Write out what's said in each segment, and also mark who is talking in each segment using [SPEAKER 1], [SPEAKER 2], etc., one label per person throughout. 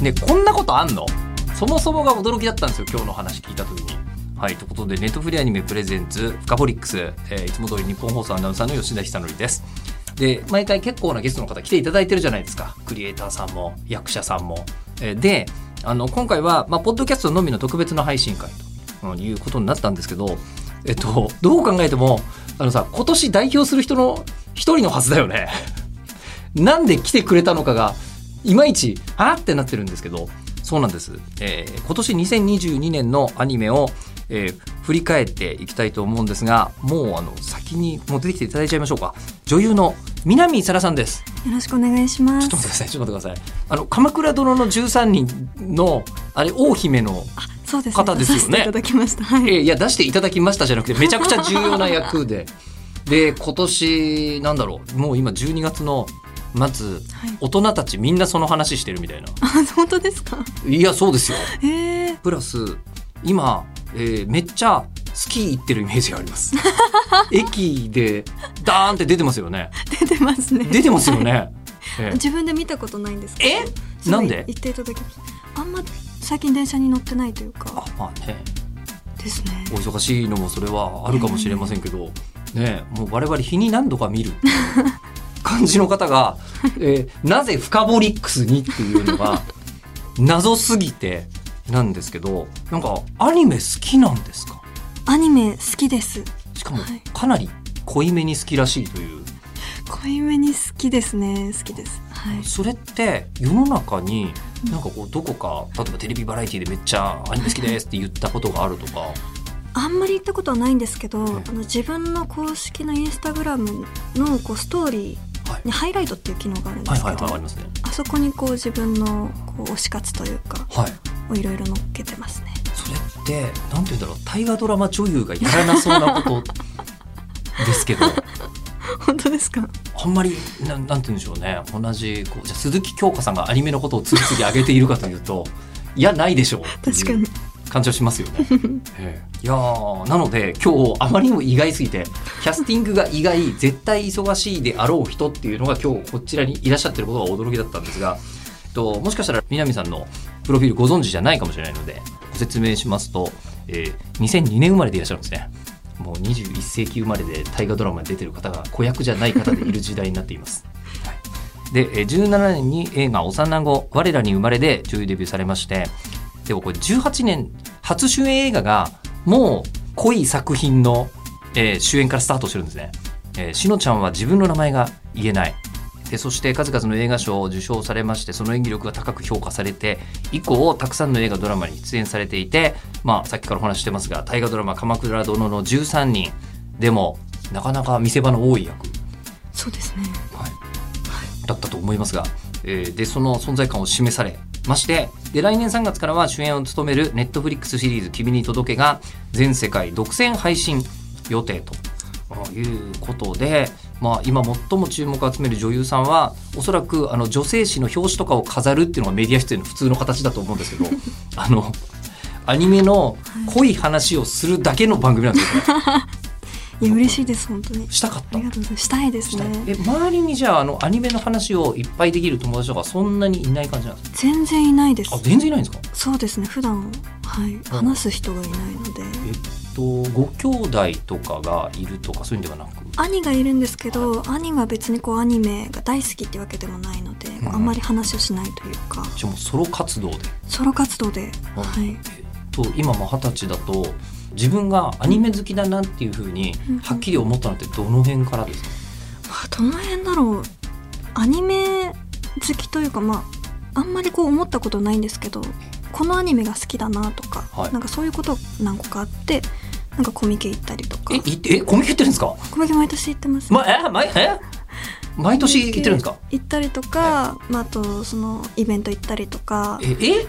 [SPEAKER 1] ねこんなことあんのそもそもが驚きだったんですよ今日の話聞いた時に。はいということでネットフリアニメプレゼンツ深掘りックス、えーいつも通り日本放送アナウンサーの吉田久典です。で毎回結構なゲストの方来ていただいてるじゃないですかクリエイターさんも役者さんも。えーであの今回は、まあ、ポッドキャストのみの特別な配信会とうんいうことになったんですけど、えっと、どう考えてもあのさ今年代表する人の一人のはずだよね。なんで来てくれたのかがいまいちあーってなってるんですけどそうなんです、えー今年2022年のアニメを、えー振り返っていきたいと思うんですがもうあの先にもう出てきていただいちゃいましょうか女優の南沙羅さんです
[SPEAKER 2] よろしくお願いしま
[SPEAKER 1] ちょ
[SPEAKER 2] す
[SPEAKER 1] っと待ってくださいちょっと待ってくださいあの鎌倉殿の13人のあれ大姫の
[SPEAKER 2] そうですね
[SPEAKER 1] 方ですよね
[SPEAKER 2] 出させていただきましたはい、
[SPEAKER 1] えーいや出していただきましたじゃなくてめちゃくちゃ重要な役でで今年なんだろうもう今12月の末
[SPEAKER 2] はい、
[SPEAKER 1] 大人たちみんなその話してるみたいな
[SPEAKER 2] あ本当ですか
[SPEAKER 1] いやそうですよ
[SPEAKER 2] えー、
[SPEAKER 1] プラス今、えーめっちゃスキー行ってるイメージがあります駅でダーンって出てますよね
[SPEAKER 2] 出てますね
[SPEAKER 1] 出てますよね、え
[SPEAKER 2] 自分で見たことないんですけど
[SPEAKER 1] え
[SPEAKER 2] すごい
[SPEAKER 1] なんで
[SPEAKER 2] 言っていただきましたあんま最近電車に乗ってないという
[SPEAKER 1] あ
[SPEAKER 2] か
[SPEAKER 1] まあね
[SPEAKER 2] ですね
[SPEAKER 1] お忙しいのもそれはあるかもしれませんけど、ねえ、もう我々日に何度か見るっていう感じの方が、えーなぜ「フカボリックスに」っていうのが謎すぎてなんですけどなんかアニメ好きなんですか
[SPEAKER 2] アニメ好きです
[SPEAKER 1] しかも
[SPEAKER 2] はい
[SPEAKER 1] かなり濃いめに好きらしいという、
[SPEAKER 2] 濃いめに好きですね好きですはい
[SPEAKER 1] それって世の中になんかこうどこか例えばテレビバラエティでめっちゃアニメ好きですって言ったことがあるとか
[SPEAKER 2] あんまり行ったことはないんですけど、
[SPEAKER 1] ん
[SPEAKER 2] あの自分の公式のインスタグラムのこうストーリ
[SPEAKER 1] はい
[SPEAKER 2] ーにハイライトっていう機能があるんで
[SPEAKER 1] はい
[SPEAKER 2] すけ
[SPEAKER 1] はいはいあ
[SPEAKER 2] ど
[SPEAKER 1] りますね。
[SPEAKER 2] あそこにこう自分のこう推し活というか
[SPEAKER 1] はい
[SPEAKER 2] をいろいろ乗っけてますね
[SPEAKER 1] それってなんて言うんだろう大河ドラマ女優がやらなそうなことですけど
[SPEAKER 2] 本当ですか
[SPEAKER 1] あんまりななんて言うんでしょうね同じこうじゃあ鈴木京香さんがアニメのことを次々上げているかというと いやないでしょうっていう
[SPEAKER 2] 確かに
[SPEAKER 1] 感じはしますよ ね。ええいやーなので今日あまりにも意外すぎてキャスティングが意外絶対忙しいであろう人っていうのが今日こちらにいらっしゃってることが驚きだったんですが、えっと、もしかしたら南さんのプロフィールご存知じゃないかもしれないのでご説明しますと、えー2002年生まれでいらっしゃるんですね。もう21世紀生まれで大河ドラマに出てる方が子役じゃない方でいる時代になっています。 はい、でえー17年に映画「幼子我らに生まれ」で女優デビューされましてでもこれ18年初主演映画がもう濃い作品の、えー主演からスタートしてるんですね。えーしのちゃんは自分の名前が言えないでそして数々の映画賞を受賞されましてその演技力が高く評価されて以降たくさんの映画ドラマに出演されていて、まあ、さっきからお話ししてますが大河ドラマ「鎌倉殿の13人」でもなかなか見せ場の多い役
[SPEAKER 2] そうですね
[SPEAKER 1] だったと思いますが、えーでその存在感を示されましてで来年3月からは主演を務めるネットフリックスシリーズ「君に届け」が全世界独占配信予定と。いうことで、まあ、今最も注目を集める女優さんはおそらくあの女性誌の表紙とかを飾るっていうのがメディア出演の普通の形だと思うんですけどあのアニメの濃い話をするだけの番組なんですよ、こ
[SPEAKER 2] いや嬉しいです本当に
[SPEAKER 1] れしたかっ
[SPEAKER 2] あ
[SPEAKER 1] た
[SPEAKER 2] りがとうございますしたいですね
[SPEAKER 1] え周りにじゃああのアニメの話をいっぱいできる友達とかそんなにいない感じなんですか
[SPEAKER 2] 全然いないです
[SPEAKER 1] あ全然いないんですか
[SPEAKER 2] そうですね普段はい話す人がいないので
[SPEAKER 1] えっとご兄弟とかがいるとかそういうんではなく
[SPEAKER 2] 兄がいるんですけど兄は別にこうアニメが大好きってわけでもないので、
[SPEAKER 1] ん
[SPEAKER 2] あんまり話をしないというか
[SPEAKER 1] じゃあもうソロ活動で、
[SPEAKER 2] ソロ活動で、
[SPEAKER 1] うん
[SPEAKER 2] はい
[SPEAKER 1] えっと今まあ二十歳だと自分がアニメ好きだなっていうふうに
[SPEAKER 2] うん
[SPEAKER 1] はっきり思ったのってどの辺からですか、
[SPEAKER 2] まあ、どの辺だろうアニメ好きというかまああんまりこう思ったことないんですけどこのアニメが好きだなとか、
[SPEAKER 1] はい
[SPEAKER 2] なんかそういうこと何個かあってなんかコミケ行ったりとか
[SPEAKER 1] えいえコミケ売ってるんですか
[SPEAKER 2] コミケ毎年行ってます、
[SPEAKER 1] まえまえ毎年行ってるんですか
[SPEAKER 2] 行ったりとか、まあ、あとそのイベント行ったりとか
[SPEAKER 1] ええ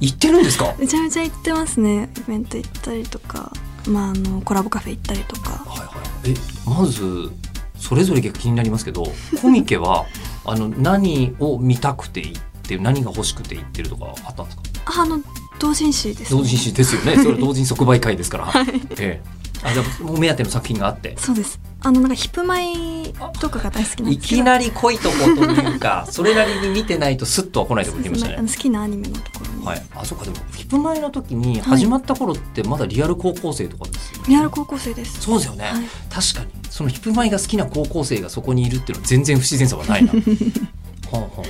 [SPEAKER 1] 行ってるんですかはい
[SPEAKER 2] めちゃめちゃ行ってますねイベント行ったりとか、まあ、あのコラボカフェ行ったりとか
[SPEAKER 1] はいえまずそれぞれが気になりますけ どコミケはあの何を見たくて行って何が欲しくて行ってるとかあったんですか
[SPEAKER 2] ああの同人誌です、ね、
[SPEAKER 1] 同人誌ですよねそれ同人即売会です から、ええあじゃあもう目当ての作品があって
[SPEAKER 2] そうですあのなんかヒップマイとかが大好きなん
[SPEAKER 1] い
[SPEAKER 2] ですけ
[SPEAKER 1] き
[SPEAKER 2] ど
[SPEAKER 1] なり来いとこというか それなりに見てないとスッとは来ないとこ行ってました
[SPEAKER 2] あ
[SPEAKER 1] ね
[SPEAKER 2] の好きなアニメのところに、
[SPEAKER 1] はい、あそっかでもフィプ前の時に始まった頃ってまだリアル高校生とかですよね、
[SPEAKER 2] リアル高校生です
[SPEAKER 1] そうですよね、
[SPEAKER 2] はい
[SPEAKER 1] 確かにそのヒップマイが好きな高校生がそこにいるっていうのは全然不自然さはない なはあはあ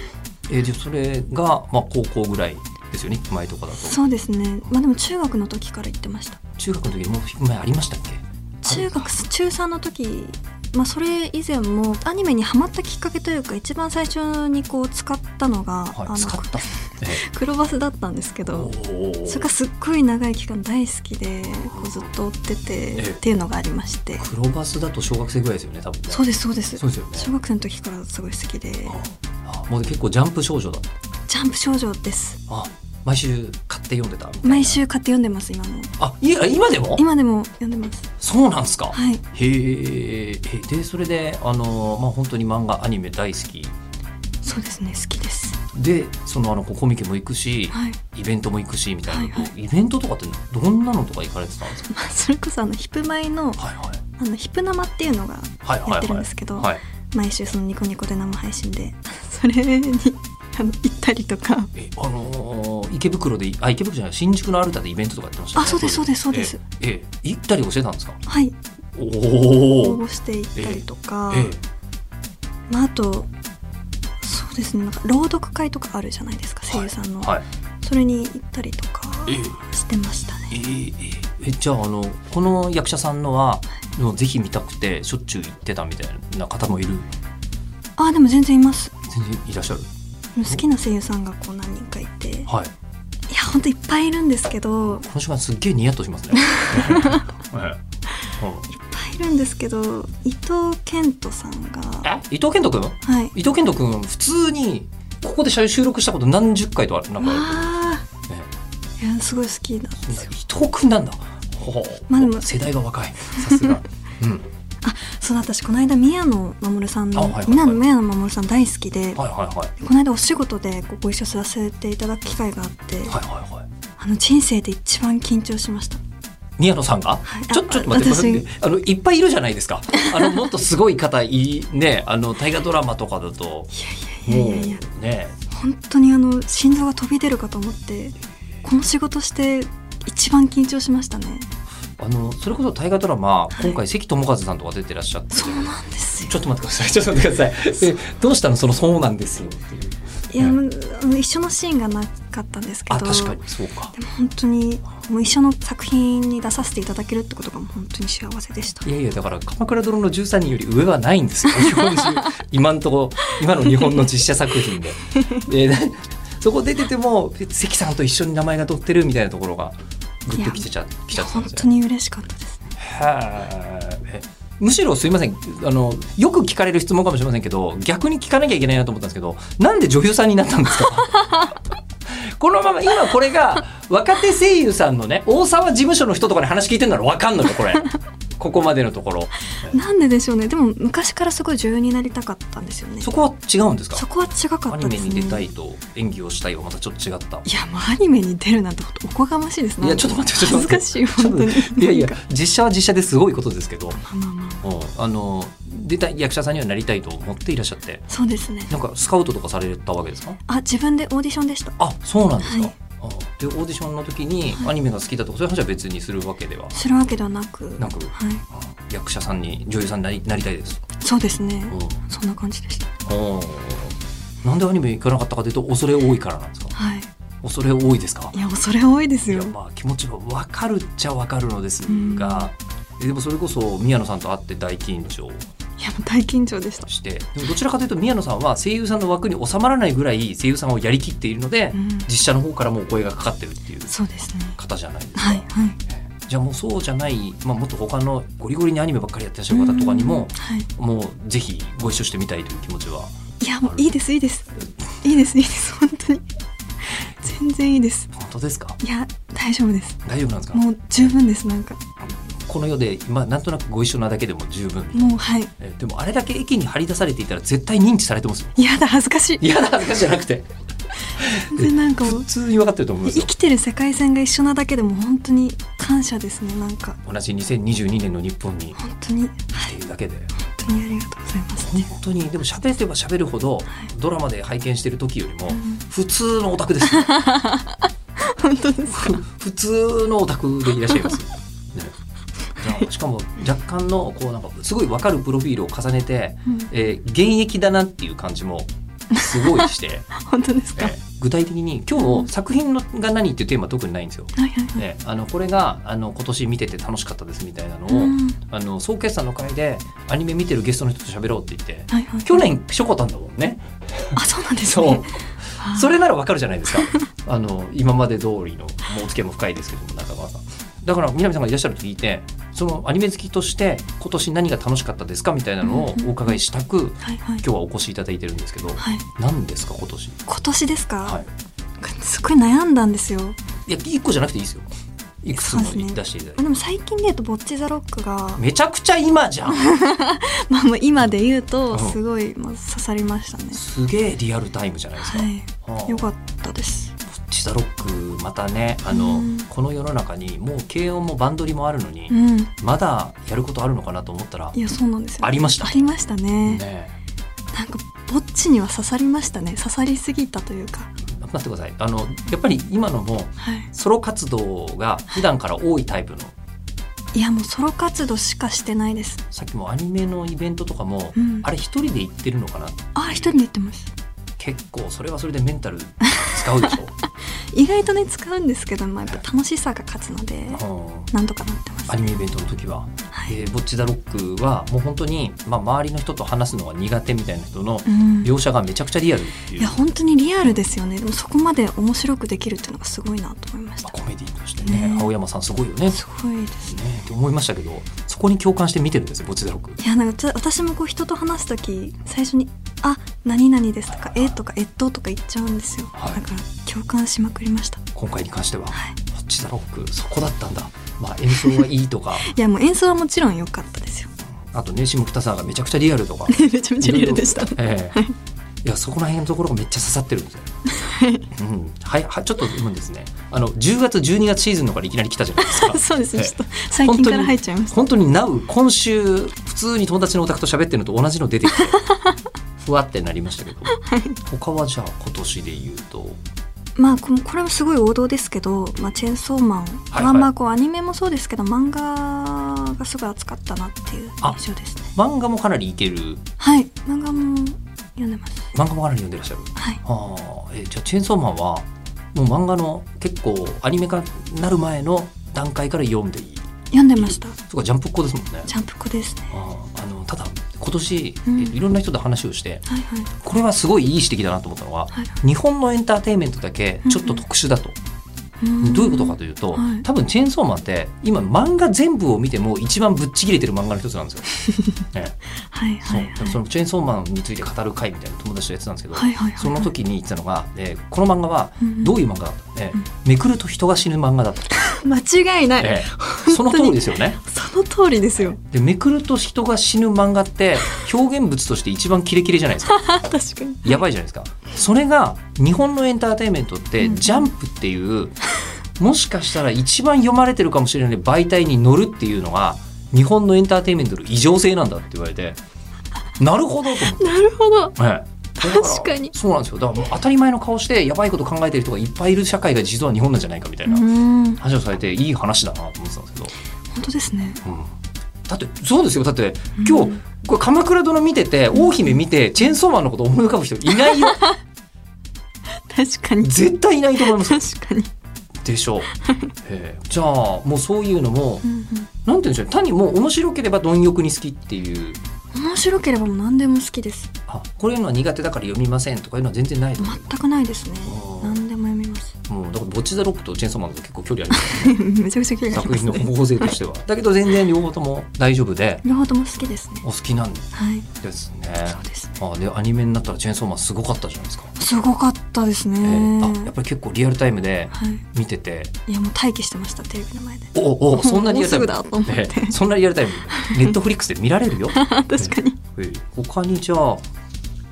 [SPEAKER 1] えー、じゃあそれが、まあ、高校ぐらいですよねヒップマイとかだと
[SPEAKER 2] そうですねまあでも中学の時から行ってました
[SPEAKER 1] 中学の時にもうヒップマイありましたっけ
[SPEAKER 2] 中学中3の時まあそれ以前もアニメにハマったきっかけというか一番最初にこう使ったのが、あ
[SPEAKER 1] は
[SPEAKER 2] の
[SPEAKER 1] い使 った、ええ
[SPEAKER 2] 黒バスだったんですけ
[SPEAKER 1] お
[SPEAKER 2] ど
[SPEAKER 1] ー
[SPEAKER 2] それがすっごい長い期間大好きでこうずっと追ってて
[SPEAKER 1] え
[SPEAKER 2] っていうのがありまして
[SPEAKER 1] 黒バスだと小学生ぐらいですよね多分ね
[SPEAKER 2] そうですそうです
[SPEAKER 1] そうですよね
[SPEAKER 2] 小学生の時からすごい好きで
[SPEAKER 1] あもう結構ジャンプ少女だった
[SPEAKER 2] ジャンプ少女です
[SPEAKER 1] あ毎週買って読んでたみたいな
[SPEAKER 2] 毎週買って読んでます今も
[SPEAKER 1] あいや今でも
[SPEAKER 2] 今でも読んでます
[SPEAKER 1] そうなんですか、
[SPEAKER 2] はい
[SPEAKER 1] へええでそれであの、まあ、本当に漫画アニメ大好き
[SPEAKER 2] そうですね好きです
[SPEAKER 1] でそのあのこうコミケも行くし、
[SPEAKER 2] はい
[SPEAKER 1] イベントも行くしみたいな、
[SPEAKER 2] はいはい
[SPEAKER 1] イベントとかってどんなのとか行かれてたんですか
[SPEAKER 2] まあそれこそあのヒプマイ
[SPEAKER 1] は
[SPEAKER 2] の
[SPEAKER 1] いはい
[SPEAKER 2] あのヒプ生っていうのが
[SPEAKER 1] はい
[SPEAKER 2] やっ
[SPEAKER 1] は
[SPEAKER 2] て
[SPEAKER 1] い
[SPEAKER 2] るん
[SPEAKER 1] は
[SPEAKER 2] ですけど、
[SPEAKER 1] いはい
[SPEAKER 2] 毎週そのニコニコで生配信で それにあの行ったりとか
[SPEAKER 1] えあのー池袋であ池袋じゃない新宿のアルタでイベントとかやってましたよね、
[SPEAKER 2] あそうですそうですそうです
[SPEAKER 1] えええ行ったりもしてたんですか
[SPEAKER 2] はい
[SPEAKER 1] お
[SPEAKER 2] 応
[SPEAKER 1] お
[SPEAKER 2] 募して行ったりとか、
[SPEAKER 1] ええ
[SPEAKER 2] まあ、あとそうですねなんか朗読会とかあるじゃないですか声優さんの、
[SPEAKER 1] はい
[SPEAKER 2] それに行ったりとか
[SPEAKER 1] え
[SPEAKER 2] してました
[SPEAKER 1] え
[SPEAKER 2] ね
[SPEAKER 1] ええじゃああのこの役者さんのはもうぜひ見たくてしょっちゅう行ってたみたいな方もいる
[SPEAKER 2] あでも全然います
[SPEAKER 1] 全然いらっしゃる
[SPEAKER 2] 好きな声優さんがこう何人かいていや
[SPEAKER 1] はい
[SPEAKER 2] ほんといっぱいいるんですけどいっ
[SPEAKER 1] この瞬間すっげえニヤッとし ますね、はい
[SPEAKER 2] ぱいいるんですけど伊藤健人さんが
[SPEAKER 1] え伊藤健人君
[SPEAKER 2] はい
[SPEAKER 1] 伊藤健人君普通にここで収録したこと何十回とあるなんかあ
[SPEAKER 2] あ
[SPEAKER 1] る、ね、
[SPEAKER 2] ーいやすごい好きなんですよ
[SPEAKER 1] 伊藤君なんだほう
[SPEAKER 2] まあでも
[SPEAKER 1] 世代が若いさ すがうん
[SPEAKER 2] そうだ私この間宮野真守さん
[SPEAKER 1] あ
[SPEAKER 2] の、
[SPEAKER 1] はいはいはい
[SPEAKER 2] 宮野宮野真守さん大好きで、
[SPEAKER 1] はいはいはい
[SPEAKER 2] この間お仕事でこうご一緒させていただく機会があって、
[SPEAKER 1] はいはいはい
[SPEAKER 2] あの人生で一番緊張しました
[SPEAKER 1] 宮野さんが
[SPEAKER 2] はい
[SPEAKER 1] ちょ
[SPEAKER 2] あ
[SPEAKER 1] ちょっと待って
[SPEAKER 2] あ
[SPEAKER 1] これ
[SPEAKER 2] 私
[SPEAKER 1] あのいっぱいいるじゃないですかあのもっとすごい方いねあの大河ドラマとかだと
[SPEAKER 2] いやいやいやいやいや
[SPEAKER 1] もうね
[SPEAKER 2] 本当にあの心臓が飛び出るかと思ってこの仕事して一番緊張しましたね
[SPEAKER 1] あのそれこそ大河ドラマ
[SPEAKER 2] い
[SPEAKER 1] 今回関智一さんとか出てらっしゃって
[SPEAKER 2] そうなんですよ
[SPEAKER 1] ちょっと待ってください。ちょっと待ってください。えどうしたの そのそうなんですよっていう。
[SPEAKER 2] いやもうあの一緒のシーンがなかったんですけど
[SPEAKER 1] あ確かにそうか。
[SPEAKER 2] でも本当にもう一緒の作品に出させていただけるってことがもう本当に幸せでした
[SPEAKER 1] いやいやだから鎌倉殿の13人より上はないんです よ。日本中今のとこ今の日本の実写作品で。でな そこ出ててもえ関さんと一緒に名前が載ってるみたいなところがグッときてちゃき
[SPEAKER 2] い
[SPEAKER 1] ちゃ
[SPEAKER 2] や
[SPEAKER 1] ったん
[SPEAKER 2] 本
[SPEAKER 1] ですよ
[SPEAKER 2] 当。に嬉しかったですね
[SPEAKER 1] はいえむしろすいませんあのよく聞かれる質問かもしれませんけど逆に聞かなきゃいけないなと思ったんですけどなんで女優さんになったんですか このまま今これが若手声優さんのね大沢事務所の人とかに話聞いてんなら分かんのよこれここまでのところ
[SPEAKER 2] なんででしょうねでも昔からすごい女優になりたかったんですよね
[SPEAKER 1] そこは違うんですか
[SPEAKER 2] そこは違かっ
[SPEAKER 1] ア
[SPEAKER 2] た
[SPEAKER 1] ニ
[SPEAKER 2] で
[SPEAKER 1] メ
[SPEAKER 2] す
[SPEAKER 1] に
[SPEAKER 2] ね
[SPEAKER 1] 出たいと演技をしたいはまたちょっと違った
[SPEAKER 2] いやもうアニメに出るなんてことおこがましいですね
[SPEAKER 1] いやちょっと待ってちょっと待って
[SPEAKER 2] 恥ずかしい本当に
[SPEAKER 1] いやいや
[SPEAKER 2] なんか
[SPEAKER 1] 実写は実写ですごいことですけど
[SPEAKER 2] まあまあまあ
[SPEAKER 1] うんあの出たい役者さんにはなりたいと思っていらっしゃって
[SPEAKER 2] そうですね
[SPEAKER 1] なんかスカウトとかされたわけですか
[SPEAKER 2] あ自分でオーディションでした
[SPEAKER 1] あそうなんですか、
[SPEAKER 2] はい
[SPEAKER 1] あでオーディションの時に
[SPEAKER 2] はい
[SPEAKER 1] アニメが好きだとかそういう話は別にするわけでは、
[SPEAKER 2] するわけではなく
[SPEAKER 1] なく
[SPEAKER 2] はい
[SPEAKER 1] あ役者さんに女優さんになりなりたいです、
[SPEAKER 2] そうですね
[SPEAKER 1] うん
[SPEAKER 2] そんな感じでした
[SPEAKER 1] おーなんでアニメ行かなかったかというと恐れ多いからなんですか
[SPEAKER 2] はい
[SPEAKER 1] 恐れ多いですか
[SPEAKER 2] いやもうそれ多いです
[SPEAKER 1] い
[SPEAKER 2] よ
[SPEAKER 1] やまあ気持ちは分かるっちゃ分かるのですが、えでもそれこそ宮野さんと会って大緊張
[SPEAKER 2] いやもう大緊張でした
[SPEAKER 1] してでもどちらかというと宮野さんは声優さんの枠に収まらないぐらい声優さんをやりきっているので、
[SPEAKER 2] うん
[SPEAKER 1] 実写の方からもうお声がかかってるっていう
[SPEAKER 2] そうですね
[SPEAKER 1] 方じゃないですか。
[SPEAKER 2] はいはい
[SPEAKER 1] じゃあもうそうじゃない、まあ、もっと他のゴリゴリにアニメばっかりやってらっしゃる方とかにも、
[SPEAKER 2] はい、
[SPEAKER 1] もうぜひご一緒してみたいという気持ちはい
[SPEAKER 2] やもういいですいいですいいですいいです本当に全然いいです
[SPEAKER 1] 本当ですか
[SPEAKER 2] いや大丈夫です
[SPEAKER 1] 大丈夫なんですか
[SPEAKER 2] もう十分ですなんか
[SPEAKER 1] この世で、まあ、なんとなくご一緒なだけでも十分
[SPEAKER 2] もうはい
[SPEAKER 1] えでもあれだけ駅に張り出されていたら絶対認知されてますよ
[SPEAKER 2] やだ恥ずかしい
[SPEAKER 1] 嫌な話じゃなくて
[SPEAKER 2] 全然なんかも
[SPEAKER 1] 普
[SPEAKER 2] う
[SPEAKER 1] 通に分かってると思うんです
[SPEAKER 2] 生
[SPEAKER 1] よ
[SPEAKER 2] きてる世界線が一緒なだけでも本当に感謝ですねなんか
[SPEAKER 1] 同じ2022年の日本にっ
[SPEAKER 2] 本当にはい
[SPEAKER 1] ていうだけで
[SPEAKER 2] 本当にありがとうございます
[SPEAKER 1] 本当にでも喋れば喋るほどドラマで拝見してる時よりも普通のオタクですね
[SPEAKER 2] 本当です
[SPEAKER 1] ふ 普通のオタクでいらっしゃい ます、ねじゃあしかも若干のこうなんかすごい分かるプロフィールを重ねて、
[SPEAKER 2] うん
[SPEAKER 1] えー現役だなっていう感じもすごい して、
[SPEAKER 2] 本当です
[SPEAKER 1] え
[SPEAKER 2] か、
[SPEAKER 1] ー具体的に今日作品のが何っていうテーマ特にないんですよ。
[SPEAKER 2] はいはいはい、
[SPEAKER 1] ね、あのこれがあの今年見てて楽しかったですみたいなのを、
[SPEAKER 2] うん
[SPEAKER 1] あの総決算の会でアニメ見てるゲストの人と喋ろうって言って
[SPEAKER 2] はいはい
[SPEAKER 1] 去年しょこたんだもんね
[SPEAKER 2] あそうなんです
[SPEAKER 1] そう
[SPEAKER 2] ねあー
[SPEAKER 1] それならわかるじゃないです かあの今まで通りのもうお付き合いも深いですけども中川さんだから南さんがいらっしゃると聞いてそのアニメ好きとして今年何が楽しかったですかみたいなのをお伺いしたく
[SPEAKER 2] はいは
[SPEAKER 1] 今
[SPEAKER 2] い
[SPEAKER 1] 日はお越しいただいてるんですけど
[SPEAKER 2] はい
[SPEAKER 1] 何ですか今年
[SPEAKER 2] 今年ですか、
[SPEAKER 1] はい
[SPEAKER 2] すごい悩んだんですよ
[SPEAKER 1] いや1個じゃなくていいですよいくつも
[SPEAKER 2] そうですね
[SPEAKER 1] 出していただいて、
[SPEAKER 2] でも最近で言うと「ボッチ・ザ・ロックが」
[SPEAKER 1] めちゃくちゃ今じゃん
[SPEAKER 2] まあまあ今で言う
[SPEAKER 1] う
[SPEAKER 2] と
[SPEAKER 1] ん
[SPEAKER 2] すごいまあ刺さりましたね
[SPEAKER 1] すげえリアルタイムじゃないですか、
[SPEAKER 2] はい
[SPEAKER 1] はあ
[SPEAKER 2] よかったです
[SPEAKER 1] チザロックまたねあの、
[SPEAKER 2] うん
[SPEAKER 1] この世の中にもう軽音もバンドリもあるのに、
[SPEAKER 2] うん
[SPEAKER 1] まだやることあるのかなと思ったら、
[SPEAKER 2] いやそうなんですよ
[SPEAKER 1] ありました
[SPEAKER 2] ありましたね
[SPEAKER 1] ね
[SPEAKER 2] なんかぼっちには刺さりましたね刺さりすぎたというか
[SPEAKER 1] え待ってくださいあのやっぱり今のも
[SPEAKER 2] はい
[SPEAKER 1] ソロ活動が普段から多いタイプの
[SPEAKER 2] いやもうソロ活動しかしてないです
[SPEAKER 1] さっきもアニメのイベントとかも、
[SPEAKER 2] うん
[SPEAKER 1] あれ一人で行ってるのかな
[SPEAKER 2] あ一人で言ってます
[SPEAKER 1] 結構それはそれでメンタル使うでし
[SPEAKER 2] 意外とね使うんですけど、まあ、やっぱ楽しさが勝つので
[SPEAKER 1] ょ、 うん
[SPEAKER 2] なんとかなってます
[SPEAKER 1] アニメイベントの時は「
[SPEAKER 2] はい
[SPEAKER 1] えーぼっちだロック」はもう本当に、まあ、周りの人と話すのが苦手みたいな人の
[SPEAKER 2] うん
[SPEAKER 1] 描写がめちゃくちゃリアルってい
[SPEAKER 2] いうや本当にリアルですよねでもそこまで面白くできるっていうのがすごいなと思いまし
[SPEAKER 1] ま
[SPEAKER 2] た
[SPEAKER 1] あ、コメディとしてね
[SPEAKER 2] ね
[SPEAKER 1] 青山さんすごいよねね
[SPEAKER 2] すごいです
[SPEAKER 1] って思いましたけどそこに共感して見てるんですよぼっちだろく
[SPEAKER 2] いやなんかちょ私もこう人と話す時最初に「あ何々です」とか「え」とか「えっと」とか言っちゃうんですよ、
[SPEAKER 1] はい
[SPEAKER 2] だから共感しまくりました
[SPEAKER 1] 今回に関しては、
[SPEAKER 2] はい
[SPEAKER 1] ぼっちだろくそこだったんだ、まあ、演奏がいいとか
[SPEAKER 2] いやもう演奏はもちろん良かったですよ
[SPEAKER 1] あとね下北沢がめちゃくちゃリアルとか
[SPEAKER 2] めちゃめちゃリアルでした。
[SPEAKER 1] いろいろええいやそこら辺のところがめっちゃ刺さってるんですよ。うん、はい、はちょっと今ですね、あの10月12月シーズンのからいきなり来たじゃないですか
[SPEAKER 2] そうです
[SPEAKER 1] え
[SPEAKER 2] ね
[SPEAKER 1] え
[SPEAKER 2] ちょっと最近から入っちゃいました
[SPEAKER 1] 本当に NOW 今週普通に友達のお宅と喋ってるのと同じの出て きてふわってなりましたけど、他はじゃあ今年で言うと
[SPEAKER 2] まあここれもすごい王道ですけど「まあ、チェーンソーマン」
[SPEAKER 1] はい
[SPEAKER 2] まあまあこうアニメもそうですけど漫画がすごい熱かったなっていう印象ですね
[SPEAKER 1] 漫画もかなりいける
[SPEAKER 2] はい漫画も読んでます
[SPEAKER 1] 漫画もかなり読んでらっしゃる
[SPEAKER 2] はい
[SPEAKER 1] ああえじゃあ「チェーンソーマン」はもう漫画の結構アニメ化になる前の段階から読んでいい
[SPEAKER 2] 読んでました
[SPEAKER 1] そうかジャンプっ子ですもんね
[SPEAKER 2] ジャンプ子ですね
[SPEAKER 1] あああのただ今年、
[SPEAKER 2] うん
[SPEAKER 1] えいろんな人と話をして
[SPEAKER 2] はいはい
[SPEAKER 1] これはすごいいい指摘だなと思ったのは
[SPEAKER 2] はい
[SPEAKER 1] 日本のエンターテインメントだけちょっと特殊だと、
[SPEAKER 2] ん
[SPEAKER 1] どういうことかというと、
[SPEAKER 2] はい
[SPEAKER 1] 多分チェーンソーマンって今漫画全部を見ても一番ぶっちぎれてる漫画の一つなん ですよ。ね、
[SPEAKER 2] はい
[SPEAKER 1] そ
[SPEAKER 2] は
[SPEAKER 1] う
[SPEAKER 2] い
[SPEAKER 1] だからそのチェーンソーマンについて語る会みたいな友達とやってたんですけど、
[SPEAKER 2] はいはいはい
[SPEAKER 1] その時に言ってたのが、えーこの漫画はどういう漫画だったのね
[SPEAKER 2] うん
[SPEAKER 1] めくると人が死ぬ漫画だった、
[SPEAKER 2] 間違いない、
[SPEAKER 1] えー その通りですよね。
[SPEAKER 2] その通りですよ
[SPEAKER 1] でめくると人が死ぬ漫画って表現物として一番キレキレじゃないです か。
[SPEAKER 2] 確かに
[SPEAKER 1] やばいじゃないですかそれが日本のエンターテインメントって
[SPEAKER 2] うん
[SPEAKER 1] ジャンプっていうもしかしたら一番読まれてるかもしれない媒体に乗るっていうのが日本のエンターテインメントの異常性なんだって言われてなるほどと思って、
[SPEAKER 2] なるほど
[SPEAKER 1] ええだら
[SPEAKER 2] 確かに
[SPEAKER 1] そうなんですよだからもう当たり前の顔してやばいこと考えてる人がいっぱいいる社会が実は日本なんじゃないかみたいうなん話をされていい話だなと思ってたんですけど、
[SPEAKER 2] 本当ですね
[SPEAKER 1] うんだってそうですよだって今日、
[SPEAKER 2] うん
[SPEAKER 1] これ「鎌倉殿」見てて大姫見てチェーンソーマンのこと思い浮かぶ人いないよ
[SPEAKER 2] 確かに
[SPEAKER 1] 絶対いないと思います
[SPEAKER 2] 確かに、
[SPEAKER 1] でしょう、ええじゃあもうそういうのも
[SPEAKER 2] うん
[SPEAKER 1] なんて言うんでしょうね単にもう面白ければ貪欲に好きっていう
[SPEAKER 2] うん、面白ければもう何でも好きです
[SPEAKER 1] あこういうのは苦手だから読みませんとかいうのは全然ないと思う
[SPEAKER 2] 全くないですね
[SPEAKER 1] あー
[SPEAKER 2] 何でも読みます
[SPEAKER 1] もうだからぼウォッチ・ザ・ロックとチェーンソーマンだと結構距離あります
[SPEAKER 2] めちゃくちゃ綺麗
[SPEAKER 1] 作品の
[SPEAKER 2] ね
[SPEAKER 1] 方勢としては。だけど全然両方とも大丈夫で
[SPEAKER 2] 両方とも好きですね
[SPEAKER 1] お好きなん
[SPEAKER 2] はい
[SPEAKER 1] ですね。
[SPEAKER 2] そうです
[SPEAKER 1] あでアニメになったらチェーンソーマンすごかったじゃないですか。
[SPEAKER 2] すごかったですね、
[SPEAKER 1] えーあやっぱり結構リアルタイムで
[SPEAKER 2] はい
[SPEAKER 1] 見てて
[SPEAKER 2] いやもう待機してましたテレビの前で
[SPEAKER 1] お おそんなリアルタイム
[SPEAKER 2] もうすぐだと思って
[SPEAKER 1] ええそんなリアルタイムネットフリックスで見られるよ確
[SPEAKER 2] 確かに
[SPEAKER 1] 他にじゃあ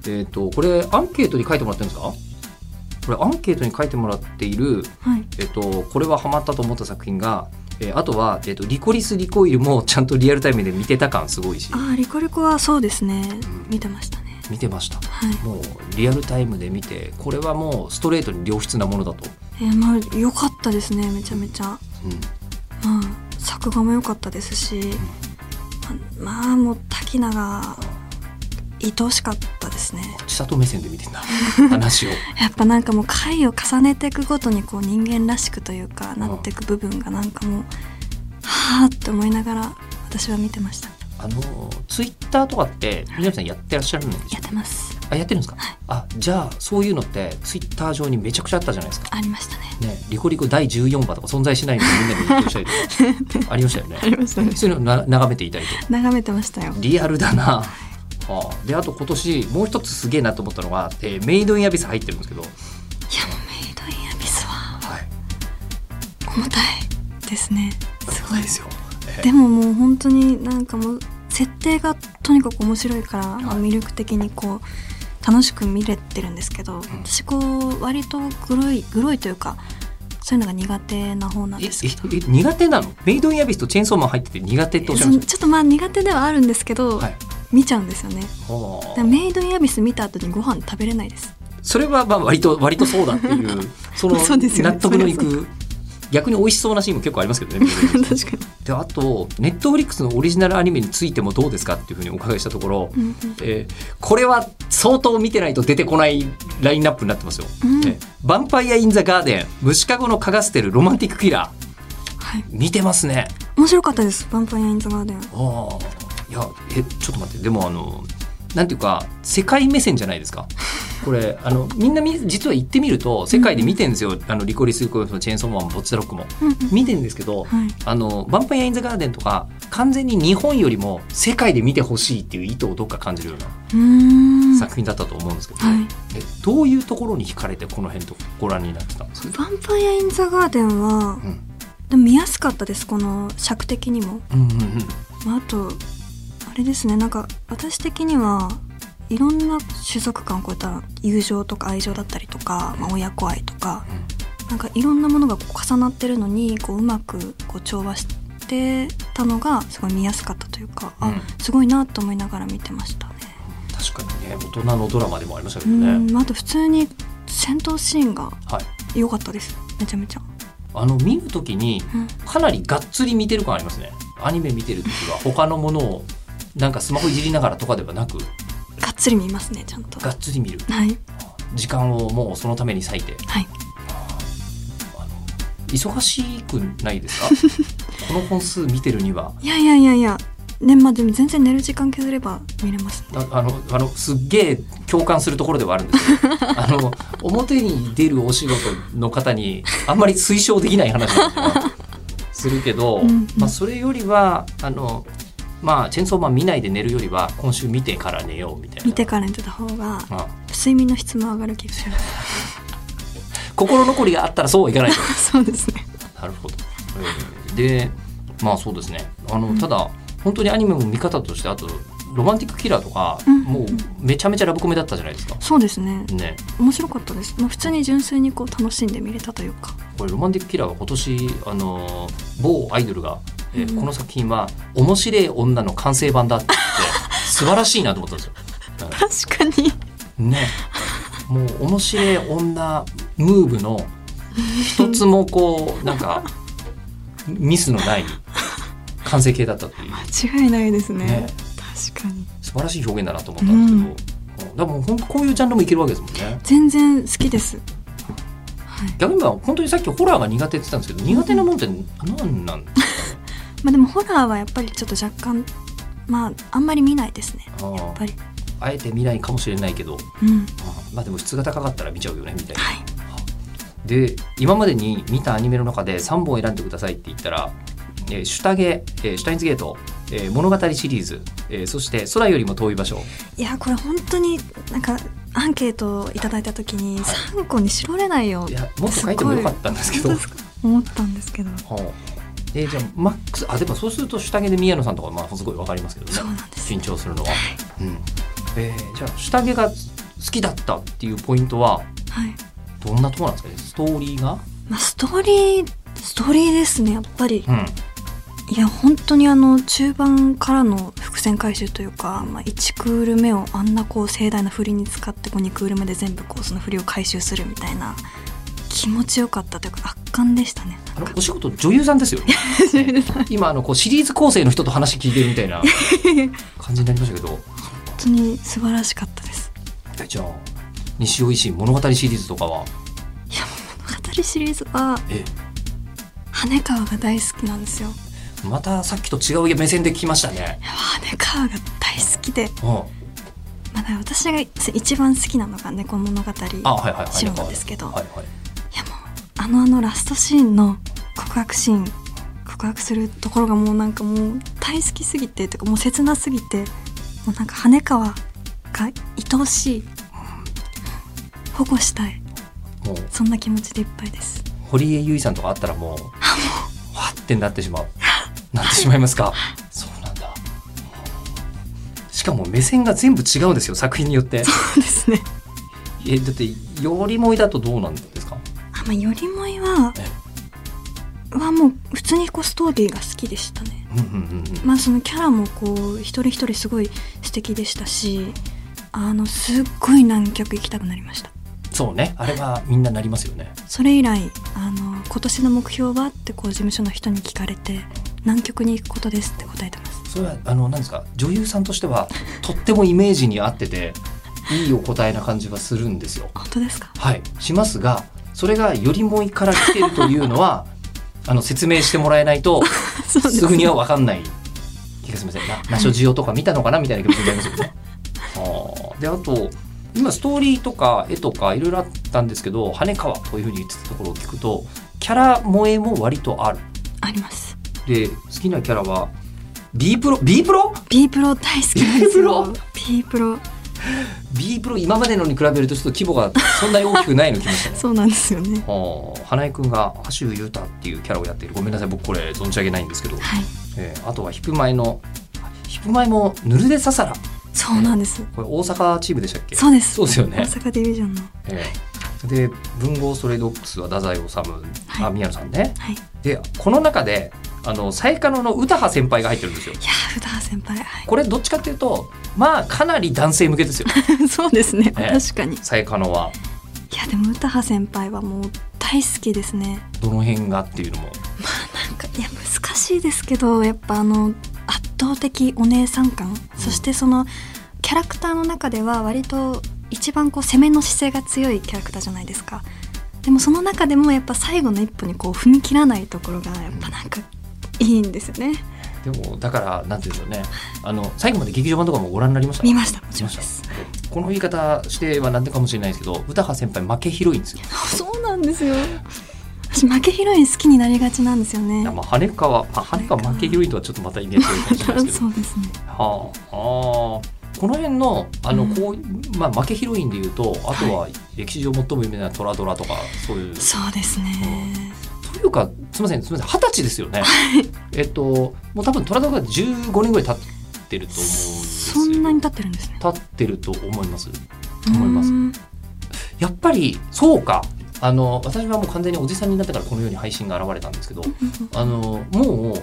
[SPEAKER 1] えっ、とこれアンケートに書いてもらってるんですかこれアンケートに書いてもらっている、
[SPEAKER 2] はい
[SPEAKER 1] えっとこれはハマったと思った作品が、えーあとは、えっとリコリス・リコイルもちゃんとリアルタイムで見てた感すごいし
[SPEAKER 2] あーリコリコはそうですね
[SPEAKER 1] ん
[SPEAKER 2] 見てましたね
[SPEAKER 1] 見てました
[SPEAKER 2] はい
[SPEAKER 1] もうリアルタイムで見てこれはもうストレートに良質なものだと、
[SPEAKER 2] えーまあ良かったですねめちゃめちゃ
[SPEAKER 1] うん
[SPEAKER 2] まあ作画も良かったですし、まあまあもう滝名が愛おしかったですね
[SPEAKER 1] 千里目線で見 てんだ話を
[SPEAKER 2] やっぱなんかもう回を重ねていくごとにこう人間らしくというかなっていく部分がなんかもうはあって思いながら私は見てました
[SPEAKER 1] あのツイッターとかって南さんやってらっしゃるんでしょ
[SPEAKER 2] やってます
[SPEAKER 1] あやってるんですか、あじゃあそういうのってツイッター上にめちゃくちゃあったじゃないですか。
[SPEAKER 2] ありましたね
[SPEAKER 1] ね、リコリコ第14話とか存在しないのにみんなで言ってしたりと かありましたよね。
[SPEAKER 2] りました
[SPEAKER 1] そういうのをな眺めていたりと
[SPEAKER 2] 眺めてましたよ
[SPEAKER 1] リアルだな。あであと今年もう一つすげえなと思ったのが、えーメイド・イン・アビス入ってるんですけど、はい
[SPEAKER 2] やもうメイドインアビスは重たいですねすごい
[SPEAKER 1] ですよ。え
[SPEAKER 2] でももう本当になんかもう設定がとにかく面白いから、ま
[SPEAKER 1] は
[SPEAKER 2] あ
[SPEAKER 1] い
[SPEAKER 2] 魅力的にこう楽しく見れてるんですけど、私こう割とグロいグロいというかそういうのが苦手な方なん
[SPEAKER 1] ええ
[SPEAKER 2] ですけど
[SPEAKER 1] え苦手なのメイド・イン・アビスとチェーンソーマン入ってて苦手っておっしゃい
[SPEAKER 2] そ
[SPEAKER 1] ま
[SPEAKER 2] の
[SPEAKER 1] し
[SPEAKER 2] ちょっとまあ苦手ではあるんですけど、
[SPEAKER 1] たはい
[SPEAKER 2] 見ちゃうんですよねだから
[SPEAKER 1] はあ
[SPEAKER 2] メイドインアビス見た後にご飯食べれない です
[SPEAKER 1] それはまあ割と割とそうだっていうその
[SPEAKER 2] そうですよね
[SPEAKER 1] 納得のい
[SPEAKER 2] そ
[SPEAKER 1] く逆に美味しそうなシーンも結構ありますけどね
[SPEAKER 2] 確かに、
[SPEAKER 1] であとネットフリックスのオリジナルアニメについてもどうですかっていうふうにお伺いしたところ、
[SPEAKER 2] うん
[SPEAKER 1] えーこれは相当見てないと出てこないラインナップになってますよ。
[SPEAKER 2] うん
[SPEAKER 1] えーヴァンパイア・イン・ザ・ガーデン虫かごの蚊が捨てるロマンティック・キラー
[SPEAKER 2] はい、
[SPEAKER 1] 見てますね。
[SPEAKER 2] 面白かったです「ヴァンパイア・イン・ザ・ガーデン」
[SPEAKER 1] あーいやえちょっと待ってでもあのなんていうか世界目線じゃないですか。 これあのみんなみ実は言ってみると世界で見てるんですよ、あのリコリス・リコリスのチェーンソーマンもボッチザロックも。
[SPEAKER 2] うんうん
[SPEAKER 1] 見てるんですけど、
[SPEAKER 2] はい
[SPEAKER 1] あの「ヴァンパイア・イン・ザ・ガーデン」とか完全に日本よりも世界で見てほしいっていう意図をどっか感じるような
[SPEAKER 2] うーん
[SPEAKER 1] 作品だったと思うんですけど、
[SPEAKER 2] はい
[SPEAKER 1] えどういうところに惹かれてこの辺とご覧になってたんです
[SPEAKER 2] ヴ
[SPEAKER 1] か、
[SPEAKER 2] ァンパイア・イン・ザ・ガーデンは
[SPEAKER 1] うん
[SPEAKER 2] でも見やすかったですこの尺的にも、
[SPEAKER 1] うんうんうん
[SPEAKER 2] まあ、あとあれですねなんか私的にはいろんな種族感を超えた友情とか愛情だったりとか、まあ、親子愛とかなんかいろんなものがこう重なってるのにこううまくこう調和してたのがすごい見やすかったというか、
[SPEAKER 1] うん
[SPEAKER 2] あすごいなと思いながら見てましたね。
[SPEAKER 1] 確かにね大人のドラマでもありましたけ
[SPEAKER 2] う
[SPEAKER 1] どね、
[SPEAKER 2] んまああと普通に戦闘シーンが
[SPEAKER 1] はい、
[SPEAKER 2] 良かったですめちゃめちゃ。
[SPEAKER 1] あの見るときに
[SPEAKER 2] うん
[SPEAKER 1] かなりがっつり見てる感ありますねアニメ見てる時は他のものをなんかスマホいじりながらとかではなく
[SPEAKER 2] がっつり見ますねちゃんと。
[SPEAKER 1] がっつり見る
[SPEAKER 2] はい
[SPEAKER 1] 時間をもうそのために割いて
[SPEAKER 2] はい
[SPEAKER 1] あの忙しくないです かこの本数見てるにはい
[SPEAKER 2] やいやいやいや、ね、まあでも全然寝る時間削れば見れます。
[SPEAKER 1] ああのあのすっげえ共感するところではあるんですけどあの表に出るお仕事の方にあんまり推奨できない話だったりとかするけど、
[SPEAKER 2] うんうん
[SPEAKER 1] まあ、それよりはあの、まあ、チェンソーマン見ないで寝るよりは今週見てから寝ようみたいな。
[SPEAKER 2] 見てから寝てた方が、
[SPEAKER 1] あ
[SPEAKER 2] 睡眠の質も上がる気がします。
[SPEAKER 1] 心残りがあったらそうはいかないと
[SPEAKER 2] そうですね。
[SPEAKER 1] なるほど、えーでまあそうですねあの、ただ本当にアニメも見方としてあと「ロマンティック・キラー」とか、
[SPEAKER 2] うん
[SPEAKER 1] もうめちゃめちゃラブコメだったじゃないですか。
[SPEAKER 2] そうですね。
[SPEAKER 1] ね、
[SPEAKER 2] 面白かったです。まあ普通に純粋にこう楽しんで見れたというか。
[SPEAKER 1] これ「ロマンティック・キラー」は今年あのー某アイドルが、えー
[SPEAKER 2] うん
[SPEAKER 1] この作品は面白い女の完成版だって言って 素晴らしいなと思ったんですよ。
[SPEAKER 2] 確かに。
[SPEAKER 1] ねもう面白い女ムーブの一つもこうなんかミスのない完成形だったという
[SPEAKER 2] 間違いないですね。
[SPEAKER 1] ね
[SPEAKER 2] 確かに。
[SPEAKER 1] 素晴らしい表現だなと思ったんですけど、うん、だからもう本当こういうジャンルもいけるわけですもんね。
[SPEAKER 2] 全然好きです。はい。
[SPEAKER 1] 逆に言えば本当にさっきホラーが苦手って言ってたんですけど苦手なもんって何なんです
[SPEAKER 2] まあでもホラーはやっぱりちょっと若干、まああんまり見ないですね。
[SPEAKER 1] か、
[SPEAKER 2] やっぱり。
[SPEAKER 1] あえて未来かもしれないけど
[SPEAKER 2] うん。
[SPEAKER 1] まあでも質が高かったら見ちゃうよねみたいな。
[SPEAKER 2] はい。
[SPEAKER 1] で今までに見たアニメの中で3本選んでくださいって言ったら「えーシュタゲ」えーシュタインズゲート」えー物語シリーズ、えーそして「空よりも遠い場所
[SPEAKER 2] いやこれ本当になんかアンケートをいただいた時に3個に絞れないよ」
[SPEAKER 1] いやもっと書いてもよかったんですけど
[SPEAKER 2] 本当ですか思ったんですけど
[SPEAKER 1] はあ、えーじゃあマックスあでもそうすると下着で宮野さんとかまあすごいわかりますけど
[SPEAKER 2] そうな
[SPEAKER 1] ね
[SPEAKER 2] んです
[SPEAKER 1] 緊張するのは、うんえーじゃあ下着が好きだったっていうポイントは
[SPEAKER 2] はい、
[SPEAKER 1] どんなところなんですかねストーリーが、
[SPEAKER 2] まあ、ストーリーストーリーですねやっぱり
[SPEAKER 1] うん
[SPEAKER 2] いや本当にあの中盤からの伏線回収というか、まあ、1クール目をあんなこう盛大な振りに使ってこう2クール目で全部こうその振りを回収するみたいな気持ちよかったというか圧巻でしたね
[SPEAKER 1] あのお仕事女優さんですよね 今あのこうシリーズ構成の人と話聞いてるみた いな感じになりましたけど
[SPEAKER 2] 本当に素晴らしかったです
[SPEAKER 1] えじゃあ西尾維新物語シリーズとかはい
[SPEAKER 2] やもう物語シリーズは
[SPEAKER 1] え
[SPEAKER 2] 羽川が大好きなんですよ
[SPEAKER 1] またさっきと違う目線で聞きましたね。
[SPEAKER 2] 羽川が大好きで、
[SPEAKER 1] うん、
[SPEAKER 2] まあ、だから私が一番好きなのが猫物語
[SPEAKER 1] あはいはいはい。
[SPEAKER 2] シーンなんですけど
[SPEAKER 1] はいはい。
[SPEAKER 2] いやもうあのあのラストシーンの告白シーン告白するところがもうなんかもう大好きすぎてとかもう切なすぎてもうなんか羽川が愛おしい保護したい
[SPEAKER 1] もう
[SPEAKER 2] そんな気持ちでいっぱいです
[SPEAKER 1] 堀江優衣さんとかあったらもうわってなってしまうなってしまいます かそうなんだしかも目線が全部違うんですよ作品によって
[SPEAKER 2] そうですね
[SPEAKER 1] えだってよりもいだとどうなんですか
[SPEAKER 2] あまあよりもいは
[SPEAKER 1] え
[SPEAKER 2] はもう普通にこうストーリーが好きでしたね
[SPEAKER 1] うんうんうんうん
[SPEAKER 2] まあそのキャラもこう一人一人すごい素敵でしたしあのすっごい南極行きたくなりました
[SPEAKER 1] そうねあれはみんななりますよね
[SPEAKER 2] それ以来あの今年の目標はってこう事務所の人に聞かれて南極に行くことですって答えてます
[SPEAKER 1] それはあのなんですか女優さんとしてはとってもイメージに合ってていいお答えな感じはするんですよ
[SPEAKER 2] 本 当ですか
[SPEAKER 1] はいしますがそれがよりもいから来てるというのは あの説明してもらえないと
[SPEAKER 2] そうです
[SPEAKER 1] すぐには分かんない気がしませんなナショジオとか見たのかなみたいな気持ちになります よね。あーであと今ストーリーとか絵とかいろいろあったんですけど羽川というふうに言ってたところを聞くとキャラ萌えも割とある。
[SPEAKER 2] あります
[SPEAKER 1] で好きなキャラは B プロ B プロ
[SPEAKER 2] B プロ大好きなんですよ B プロ
[SPEAKER 1] B プロ今までのに比べるとちょっと規模がそんなに大きくないのきました ね。
[SPEAKER 2] そうなんですよね
[SPEAKER 1] はあ花井くんが橋優太っていうキャラをやっているごめんなさい僕これ存じ上げないんですけど、
[SPEAKER 2] はい
[SPEAKER 1] えーあとはヒプマイのあヒプマイもヌルデササラ
[SPEAKER 2] そうなんです
[SPEAKER 1] これ大阪チームでしたっけ
[SPEAKER 2] そうです
[SPEAKER 1] そうですよね
[SPEAKER 2] 大阪ディビジョンの
[SPEAKER 1] ええで文豪ストレイドックスは太宰治、あ
[SPEAKER 2] はい
[SPEAKER 1] 宮野さんね
[SPEAKER 2] はいいや
[SPEAKER 1] でこの中であの最下のの歌羽先輩が入ってるんですよ
[SPEAKER 2] ー普段先輩は
[SPEAKER 1] これどっちかっていうとまあかなり男性向けですよ
[SPEAKER 2] いそうですね
[SPEAKER 1] ええ
[SPEAKER 2] 確かにい
[SPEAKER 1] 最下のは
[SPEAKER 2] やでも歌羽先輩はもう大好きですね
[SPEAKER 1] どの辺がっていうのも
[SPEAKER 2] なんかいや難しいですけどやっぱあの圧倒的お姉さん感、そしてそのキャラクターの中では割と一番こう攻めの姿勢が強いキャラクターじゃないですかでもその中でもやっぱ最後の一歩にこう踏み切らないところがやっぱなんかいいんですよね
[SPEAKER 1] でもだからなんていうんでしょうねあの最後まで劇場版とかもご覧になりました
[SPEAKER 2] 見ましたもち
[SPEAKER 1] 見
[SPEAKER 2] ろ
[SPEAKER 1] ま
[SPEAKER 2] ん
[SPEAKER 1] し
[SPEAKER 2] で
[SPEAKER 1] た
[SPEAKER 2] す
[SPEAKER 1] この言い方してはなんでかもしれないですけど歌羽先輩負け広いんですよ
[SPEAKER 2] そうなんですよ私負けヒロイン好きになりがちなんですよ
[SPEAKER 1] い
[SPEAKER 2] ね
[SPEAKER 1] やまあ羽川、まあ、羽川負け広いとはちょっとまたイメージがいいかもしれないですけど
[SPEAKER 2] そうですね
[SPEAKER 1] はあ、はあ、この辺のあの、
[SPEAKER 2] うん
[SPEAKER 1] こうまあ負けヒロインでいうとあとは歴史上最も有名なトラドラとかそういう、
[SPEAKER 2] そうですね
[SPEAKER 1] というかすみませんすみません二十歳ですよね。えっともう多分トラドラが15年ぐらい経ってると思うんです
[SPEAKER 2] そ
[SPEAKER 1] よ。
[SPEAKER 2] んなに経ってるんですね
[SPEAKER 1] 経ってると思います。思います
[SPEAKER 2] うん
[SPEAKER 1] やっぱりそうか。あの私はもう完全におじさんになってからこのように配信が現れたんですけど、あのもう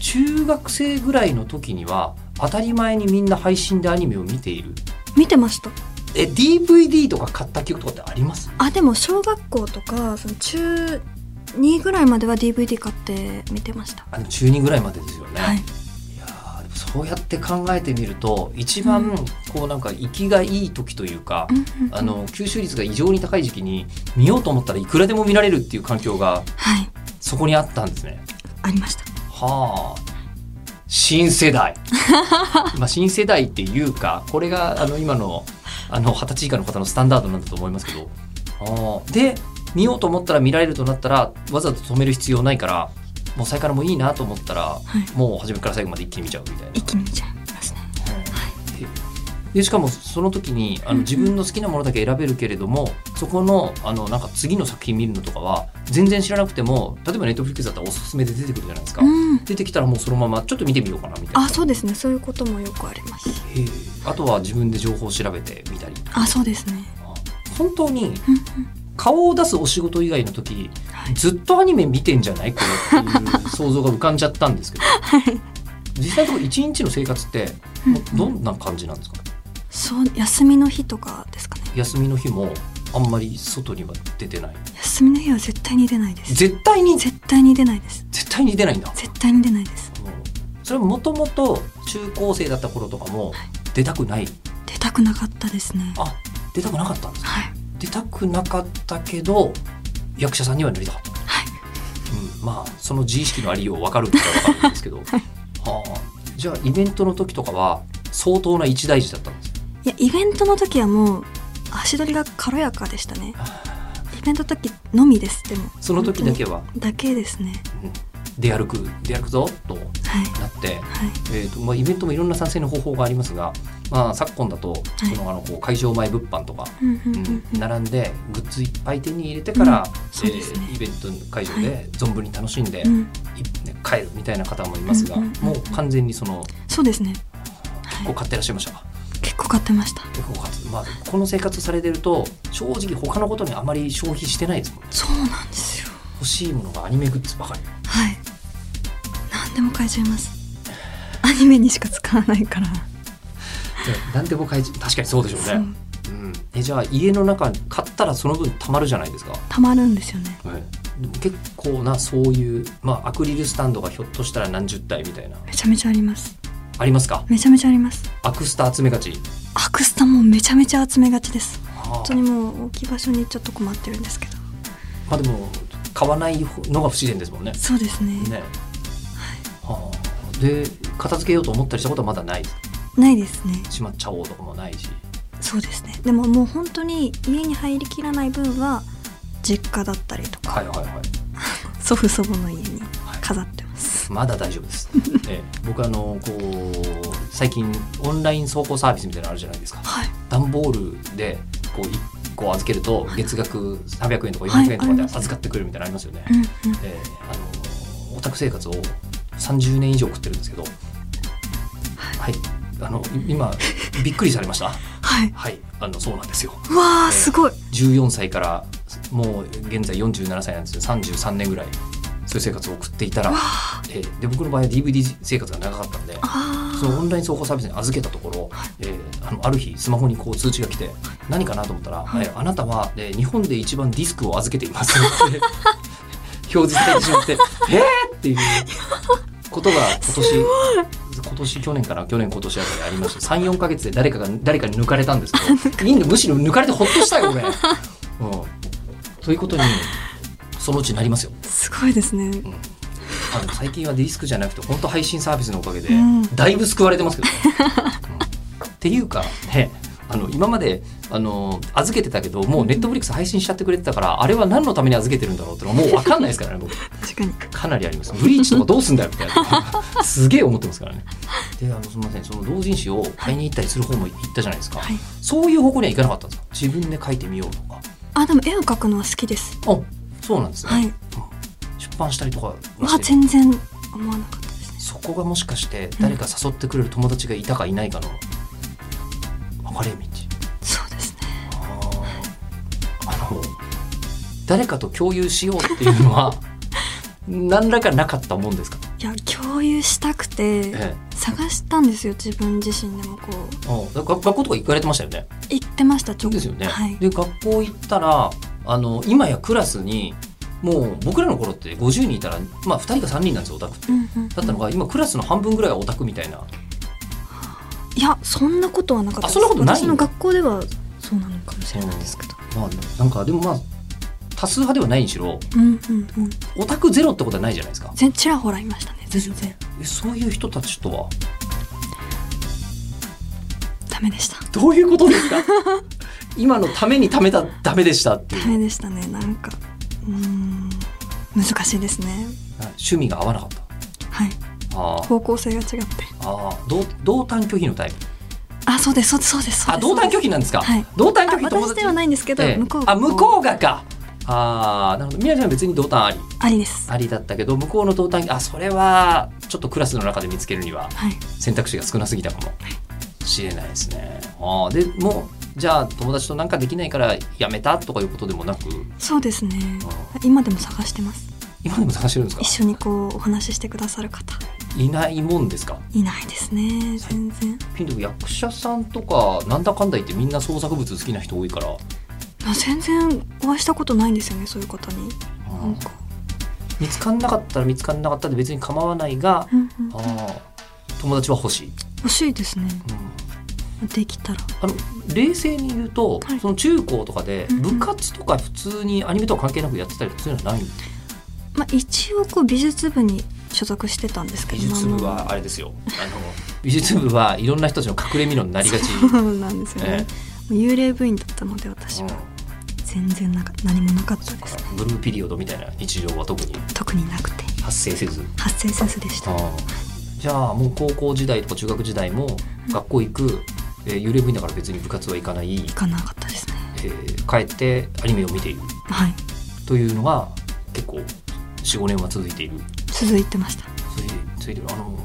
[SPEAKER 1] 中学生ぐらいの時には当たり前にみんな配信でアニメを見ている
[SPEAKER 2] 見てました
[SPEAKER 1] え DVD とか買った記憶とかってあります
[SPEAKER 2] あでも小学校とかその中2ぐらいまでは DVD 買って見てました
[SPEAKER 1] あの中2ぐらいまでですよね、、
[SPEAKER 2] はいい
[SPEAKER 1] やーでもそうやって考えてみると一番
[SPEAKER 2] うん
[SPEAKER 1] こうなんか息がいい時というか、
[SPEAKER 2] うんうん
[SPEAKER 1] あの吸収率が異常に高い時期に見ようと思ったらいくらでも見られるっていう環境が
[SPEAKER 2] はい
[SPEAKER 1] そこにあったんですね
[SPEAKER 2] ありました
[SPEAKER 1] はあ新世代 まあ新世代っていうかこれがあの今のあの二十歳以下の方のスタンダードなんだと思いますけどあーで見ようと思ったら見られるとなったらわざと止める必要ないからもう最からもういいなと思ったら、
[SPEAKER 2] い
[SPEAKER 1] もう初めから最後まで一気に見ちゃうみたいな。
[SPEAKER 2] 一気に見ちゃいますね
[SPEAKER 1] でしかもその時にあ
[SPEAKER 2] うん
[SPEAKER 1] の
[SPEAKER 2] うん
[SPEAKER 1] 自分の好きなものだけ選べるけれども、そこのあのなんか次の作品見るのとかは全然知らなくても例えばネットフリックスだったらおすすめで出てくるじゃないですか、
[SPEAKER 2] うん
[SPEAKER 1] 出てきたらもうそのままちょっと見てみようかなみたいな
[SPEAKER 2] あそうですねそういうこともよくあります
[SPEAKER 1] へえあとは自分で情報を調べてみたりとか
[SPEAKER 2] あそうですね
[SPEAKER 1] 本当に
[SPEAKER 2] うんうん
[SPEAKER 1] 顔を出すお仕事以外の時
[SPEAKER 2] はい
[SPEAKER 1] ずっとアニメ見てんじゃ ないこれっていう想像が浮かんじゃったんですけど
[SPEAKER 2] はい
[SPEAKER 1] 実際のところ一日の生活って
[SPEAKER 2] うん
[SPEAKER 1] もうどんな感じなんですか
[SPEAKER 2] そう休みの日とかですかね
[SPEAKER 1] 休みの日もあんまり外には出てない
[SPEAKER 2] 休みの日は絶対に出ないです
[SPEAKER 1] 絶対に
[SPEAKER 2] 絶対に出ないです
[SPEAKER 1] 絶対に出ないんだ
[SPEAKER 2] 絶対に出ないです
[SPEAKER 1] うんそれはもともと中高生だった頃とかも出たくない
[SPEAKER 2] 出たくなかったですね
[SPEAKER 1] あ出たくなかったんですか
[SPEAKER 2] はい
[SPEAKER 1] 出たくなかったけど役者さんにはなりたかった
[SPEAKER 2] はい
[SPEAKER 1] うん、まあその自意識のありよう分かるっちゃ分かるんです けど、はあ、じゃあイベントの時とかは相当な一大事だったんです
[SPEAKER 2] いやイベントの時はもう足取りが軽やかでしたねイベントの時のみですでも
[SPEAKER 1] その時だけは
[SPEAKER 2] 本当にだけですね
[SPEAKER 1] 出歩く出歩くぞと
[SPEAKER 2] はい
[SPEAKER 1] なって、
[SPEAKER 2] はい
[SPEAKER 1] えーとまあ、イベントもいろんな参戦の方法がありますが、まあ、昨今だとそのあのこう会場前物販とか、
[SPEAKER 2] うんうん
[SPEAKER 1] う
[SPEAKER 2] うん
[SPEAKER 1] ん、
[SPEAKER 2] うん
[SPEAKER 1] 並んでグッズいっぱい手に入れてから、
[SPEAKER 2] そうですね
[SPEAKER 1] えーイベントの会場で存分に楽しんで、
[SPEAKER 2] うん
[SPEAKER 1] いね帰るみたいな方もいますが、
[SPEAKER 2] うんうんうん
[SPEAKER 1] もう完全にその
[SPEAKER 2] そうですね
[SPEAKER 1] 結構買ってらっしゃいましたか
[SPEAKER 2] 結構買ってました
[SPEAKER 1] 結構かつ、まあ、この生活されてると正直他のことにあまり消費してないですもんね
[SPEAKER 2] そうなんですよ
[SPEAKER 1] 欲しいものがアニメグッズばかり
[SPEAKER 2] はい何でも買えちゃいますアニメにしか使わないから
[SPEAKER 1] で何でも買い確かにそうでしょう
[SPEAKER 2] そう
[SPEAKER 1] ねうん、えじゃあ家の中に買ったらその分たまるじゃないですか、
[SPEAKER 2] たまるんですよね
[SPEAKER 1] でも結構なそういう、まあ、アクリルスタンドがひょっとしたら何十体みたいな
[SPEAKER 2] めちゃめちゃあります
[SPEAKER 1] ありますか
[SPEAKER 2] めちゃめちゃあります
[SPEAKER 1] アクスタ集めがち
[SPEAKER 2] アクスタもめちゃめちゃ集めがちです
[SPEAKER 1] 本
[SPEAKER 2] 本当にもう置き場所にちょっと困ってるんですけど
[SPEAKER 1] まあでも買わないのが不自然ですもんね
[SPEAKER 2] そうですね
[SPEAKER 1] ね、はあ、で片付けようと思ったりしたことはまだない
[SPEAKER 2] ないですね
[SPEAKER 1] しまっちゃおうとかもないし
[SPEAKER 2] そうですねでももう本当に家に入りきらない分は実家だったりとか
[SPEAKER 1] はいはいはい
[SPEAKER 2] 祖父祖母の家に
[SPEAKER 1] はい
[SPEAKER 2] 飾ってます
[SPEAKER 1] まだ大丈夫です。 ええ僕あのこう最近オンライン走行サービスみたいなのあるじゃないですか。
[SPEAKER 2] はい
[SPEAKER 1] 段ボールでこう一個預けると月額300円とか
[SPEAKER 2] はい
[SPEAKER 1] 400円とか
[SPEAKER 2] あり
[SPEAKER 1] で
[SPEAKER 2] ます
[SPEAKER 1] 預かってくれるみたいなのありますよね。
[SPEAKER 2] うんうん
[SPEAKER 1] ええあのオタク生活を30年以上送ってるんですけど、はい、あのい今びっくりされました。
[SPEAKER 2] はい
[SPEAKER 1] はい、あのそうなんですよ。
[SPEAKER 2] うわーすごい
[SPEAKER 1] 14歳からもう現在47歳なんですけど33年ぐらいそういう生活を送っていたら、えーで僕の場合は DVD 生活が長かったんで
[SPEAKER 2] あ
[SPEAKER 1] そのオ
[SPEAKER 2] ー
[SPEAKER 1] ンライン走行サービスに預けたところ、えーあのある日スマホにこう通知が来て何かなと思ったら「
[SPEAKER 2] はい
[SPEAKER 1] えーあなたは、えー日本で一番ディスクを預けています」って 表示されてし まって「えー!」っていうことが今年今年去年から去年今年あたりありました34か月で誰かが誰かに抜かれたんですけどいいんだむしろ抜かれてほっとした よ俺。うん、ということにそのうちなりますよ。
[SPEAKER 2] すごいですね
[SPEAKER 1] うんあの最近はディスクじゃなくて本当配信サービスのおかげで
[SPEAKER 2] うん
[SPEAKER 1] だいぶ救われてますけど ね、うんっていうかねあの今まであの預けてたけどもうネットフリックス配信しちゃってくれてたからあれは何のために預けてるんだろうってのはもう分かんないですからね僕
[SPEAKER 2] 確かに
[SPEAKER 1] かなりありますブリーチとかどうすんだよみたい なすげえ思ってますからねであのすみませんその同人誌を買いに行ったりする方も行ったじゃないですか、
[SPEAKER 2] はい
[SPEAKER 1] そういう方向にはいかなかったんですか自分で書いてみようとか
[SPEAKER 2] あでも絵を描くのは好きです
[SPEAKER 1] あそうなんですね、
[SPEAKER 2] はい
[SPEAKER 1] 出版したりとかはして
[SPEAKER 2] は全然思わなかったですね
[SPEAKER 1] そこがもしかして誰か誘ってくれる友達がいたかいないかの分かれ道
[SPEAKER 2] そうですね
[SPEAKER 1] あーあの誰かと共有しようっていうの は何らかなかったもんですか、
[SPEAKER 2] いや共有したくて
[SPEAKER 1] ええ、
[SPEAKER 2] 探したんですよ自分自身でもこう
[SPEAKER 1] あだ学学校とか行かれてましたよね
[SPEAKER 2] 行ってましたち
[SPEAKER 1] そうですよね、
[SPEAKER 2] はい
[SPEAKER 1] で学校行ったらあの今やクラスにもう僕らの頃って50人いたら、まあ、2人か3人なんですよオタクって。
[SPEAKER 2] うんうん
[SPEAKER 1] だったのが今クラスの半分ぐらいはオタクみたいな。
[SPEAKER 2] いやそんなことはなかったです
[SPEAKER 1] あそんなことない
[SPEAKER 2] 私の学校ではそうなのかもしれないですけど
[SPEAKER 1] まあなんかでもまあ多数派ではないにしろ
[SPEAKER 2] うんうんうん
[SPEAKER 1] オタクゼロってことはないじゃないですか。
[SPEAKER 2] 全ちらほらいましたね全然
[SPEAKER 1] えそういう人たちとは
[SPEAKER 2] ダメでした
[SPEAKER 1] どういうことですか 今のために貯めたダメでしたっていう
[SPEAKER 2] ダメでしたねなんかうーん難しいですね
[SPEAKER 1] 趣味が合わなかった
[SPEAKER 2] はい
[SPEAKER 1] あー
[SPEAKER 2] 方向性が違って
[SPEAKER 1] あー同同担拒否のタイプ
[SPEAKER 2] あそうですそうですそうですそう
[SPEAKER 1] あ
[SPEAKER 2] です
[SPEAKER 1] 同担拒否なんですか、
[SPEAKER 2] はい
[SPEAKER 1] 同担
[SPEAKER 2] あ
[SPEAKER 1] 拒否友
[SPEAKER 2] 私
[SPEAKER 1] 達
[SPEAKER 2] ではないんですけど、
[SPEAKER 1] ええ
[SPEAKER 2] 向こう
[SPEAKER 1] あ向こうがかああなるほど宮ちゃんは別に同担あり
[SPEAKER 2] ありです
[SPEAKER 1] ありだったけど向こうの同担あそれはちょっとクラスの中で見つけるには
[SPEAKER 2] はい
[SPEAKER 1] 選択肢が少なすぎたかもしれないですね。あーでもうじゃあ友達となんかできないからやめたとかいうことでもなく
[SPEAKER 2] そうですね
[SPEAKER 1] あ
[SPEAKER 2] 今でも探してます
[SPEAKER 1] 今でも探してるんですか
[SPEAKER 2] 一緒にこうお話ししてくださる方
[SPEAKER 1] いないもんですか
[SPEAKER 2] いないですね全然
[SPEAKER 1] ピンとく役者さんとかなんだかんだ言ってみんな創作物好きな人多いから、
[SPEAKER 2] あ全然お会いしたことないんですよねそういう方になんか
[SPEAKER 1] 見つかんなかったら見つかんなかったで別に構わないが、
[SPEAKER 2] うんうん
[SPEAKER 1] あー友達は欲しい。
[SPEAKER 2] 欲しいですね
[SPEAKER 1] うん
[SPEAKER 2] できたら
[SPEAKER 1] あの冷静に言うと、
[SPEAKER 2] はい
[SPEAKER 1] その中高とかで
[SPEAKER 2] うんうん
[SPEAKER 1] 部活とか普通にアニメとか関係なくやってたりとかそういうのはないんです
[SPEAKER 2] まあ一応こう美術部に所属してたんですけ
[SPEAKER 1] 美
[SPEAKER 2] ど
[SPEAKER 1] 術部
[SPEAKER 2] まあまあ
[SPEAKER 1] はあれですよあの美術部はいろんな人たちの隠れみのにな りがち、
[SPEAKER 2] そうなんですよね
[SPEAKER 1] え、
[SPEAKER 2] もう幽霊部員だったので私
[SPEAKER 1] うん
[SPEAKER 2] は全然なんか何もなかったですね
[SPEAKER 1] ブルーピリオドみたいな日常は特に
[SPEAKER 2] 特になくて
[SPEAKER 1] 発生せず、
[SPEAKER 2] 発生せずでした
[SPEAKER 1] じゃあもう高校時代とか中学時代も学校行く、えー幽霊部員だから別に部活は行かない、え
[SPEAKER 2] 行かなかったですね
[SPEAKER 1] ー帰ってアニメを見ている
[SPEAKER 2] はい
[SPEAKER 1] というのが結構45年は続いている
[SPEAKER 2] 続いてました
[SPEAKER 1] ついついてるあの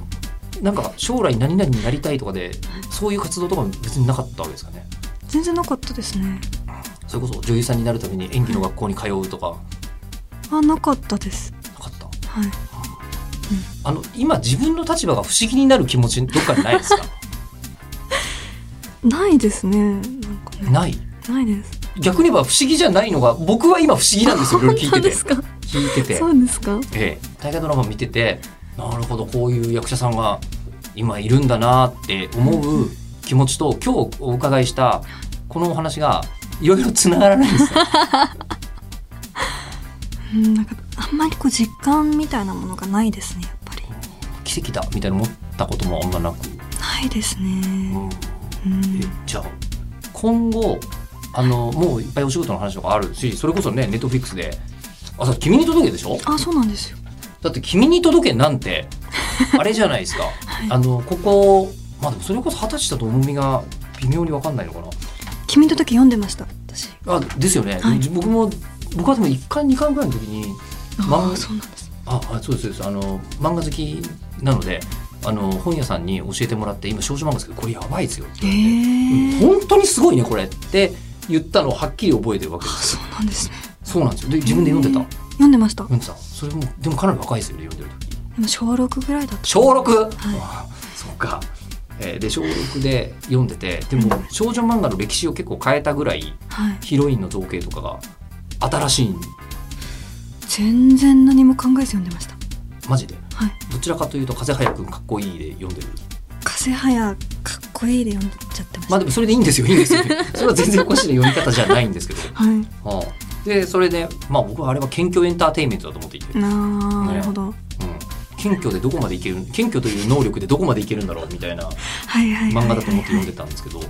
[SPEAKER 1] なんか将来何々になりたいとかでそういう活動とかも別になかったわけですかね
[SPEAKER 2] 全然なかったですね
[SPEAKER 1] それこそ女優さんになるために演技の学校に通うとか
[SPEAKER 2] あなかったです
[SPEAKER 1] なかった
[SPEAKER 2] はい
[SPEAKER 1] あの今自分の立場が不思議になる気持ちどっかにないですか
[SPEAKER 2] ないですねなんかね
[SPEAKER 1] ない
[SPEAKER 2] ないです
[SPEAKER 1] 逆に言えば不思議じゃないのが僕は今不思議なんですよいろいろ聞いて
[SPEAKER 2] 本当
[SPEAKER 1] て
[SPEAKER 2] ですか
[SPEAKER 1] 聞いてて
[SPEAKER 2] そうですか
[SPEAKER 1] ええ大河ドラマ見ててなるほどこういう役者さんが今いるんだなって思う気持ちと今日お伺いしたこのお話がいろいろつながらないんです よ
[SPEAKER 2] うんなんかあんまりこう実感みたいなものがないですねやっぱり
[SPEAKER 1] 奇跡だみたいな思ったこともあんまなく、
[SPEAKER 2] ないですねうん
[SPEAKER 1] えじゃあ今後あのもういっぱいお仕事の話とかあるしそれこそねネットフリックスで「あさ君に届け」でしょ
[SPEAKER 2] あそうなんですよ
[SPEAKER 1] だって「君に届け」なん てあれじゃないですか、
[SPEAKER 2] はい
[SPEAKER 1] あのここまあでもそれこそ二十歳だと重みが微妙に分かんないのかな
[SPEAKER 2] 君の時読んでました私
[SPEAKER 1] あですよね、
[SPEAKER 2] はい
[SPEAKER 1] 僕も僕はでも1巻2巻ぐらいの時に
[SPEAKER 2] あ
[SPEAKER 1] ま
[SPEAKER 2] あそうなんです
[SPEAKER 1] ああそうですそうですあの漫画好きなのであの本屋さんに教えてもらって今少女漫画ですけどこれやばいですよって
[SPEAKER 2] え
[SPEAKER 1] 言われて、
[SPEAKER 2] え
[SPEAKER 1] うん本当にすごいねこれって言ったのをはっきり覚えてるわけ
[SPEAKER 2] あ
[SPEAKER 1] ですよ
[SPEAKER 2] そうなんですね
[SPEAKER 1] そうなんですよで自分で読んでた、
[SPEAKER 2] へえ読んでました
[SPEAKER 1] 読
[SPEAKER 2] で
[SPEAKER 1] んでたそれもでもかなり若いですよね読んでる時
[SPEAKER 2] も小六ぐらいだった
[SPEAKER 1] 小 6!
[SPEAKER 2] はい
[SPEAKER 1] あそうか、えーで小6で読んでてでも少女漫画の歴史を結構変えたぐらい
[SPEAKER 2] はい
[SPEAKER 1] ヒロインの造形とかが新しいん
[SPEAKER 2] 全然何も考えず読んでました
[SPEAKER 1] マジで
[SPEAKER 2] はい
[SPEAKER 1] どちらかというと風早くんかっこいいで読んでる
[SPEAKER 2] 風早かっこいいで読んじゃってました
[SPEAKER 1] まあでもそれでいいんですよいいんですよ それは全然おかしな読み方じゃないんですけど、
[SPEAKER 2] はい
[SPEAKER 1] はあでそれでまあ僕はあれは謙虚エンターテインメントだと思っていて、うん、
[SPEAKER 2] なあ
[SPEAKER 1] ね
[SPEAKER 2] なるほど
[SPEAKER 1] 謙虚でどこまでいける謙虚という能力でどこまでいけるんだろうみたいな
[SPEAKER 2] はいはいはい
[SPEAKER 1] 漫画だと思って読ん
[SPEAKER 2] で
[SPEAKER 1] でたんですけどだ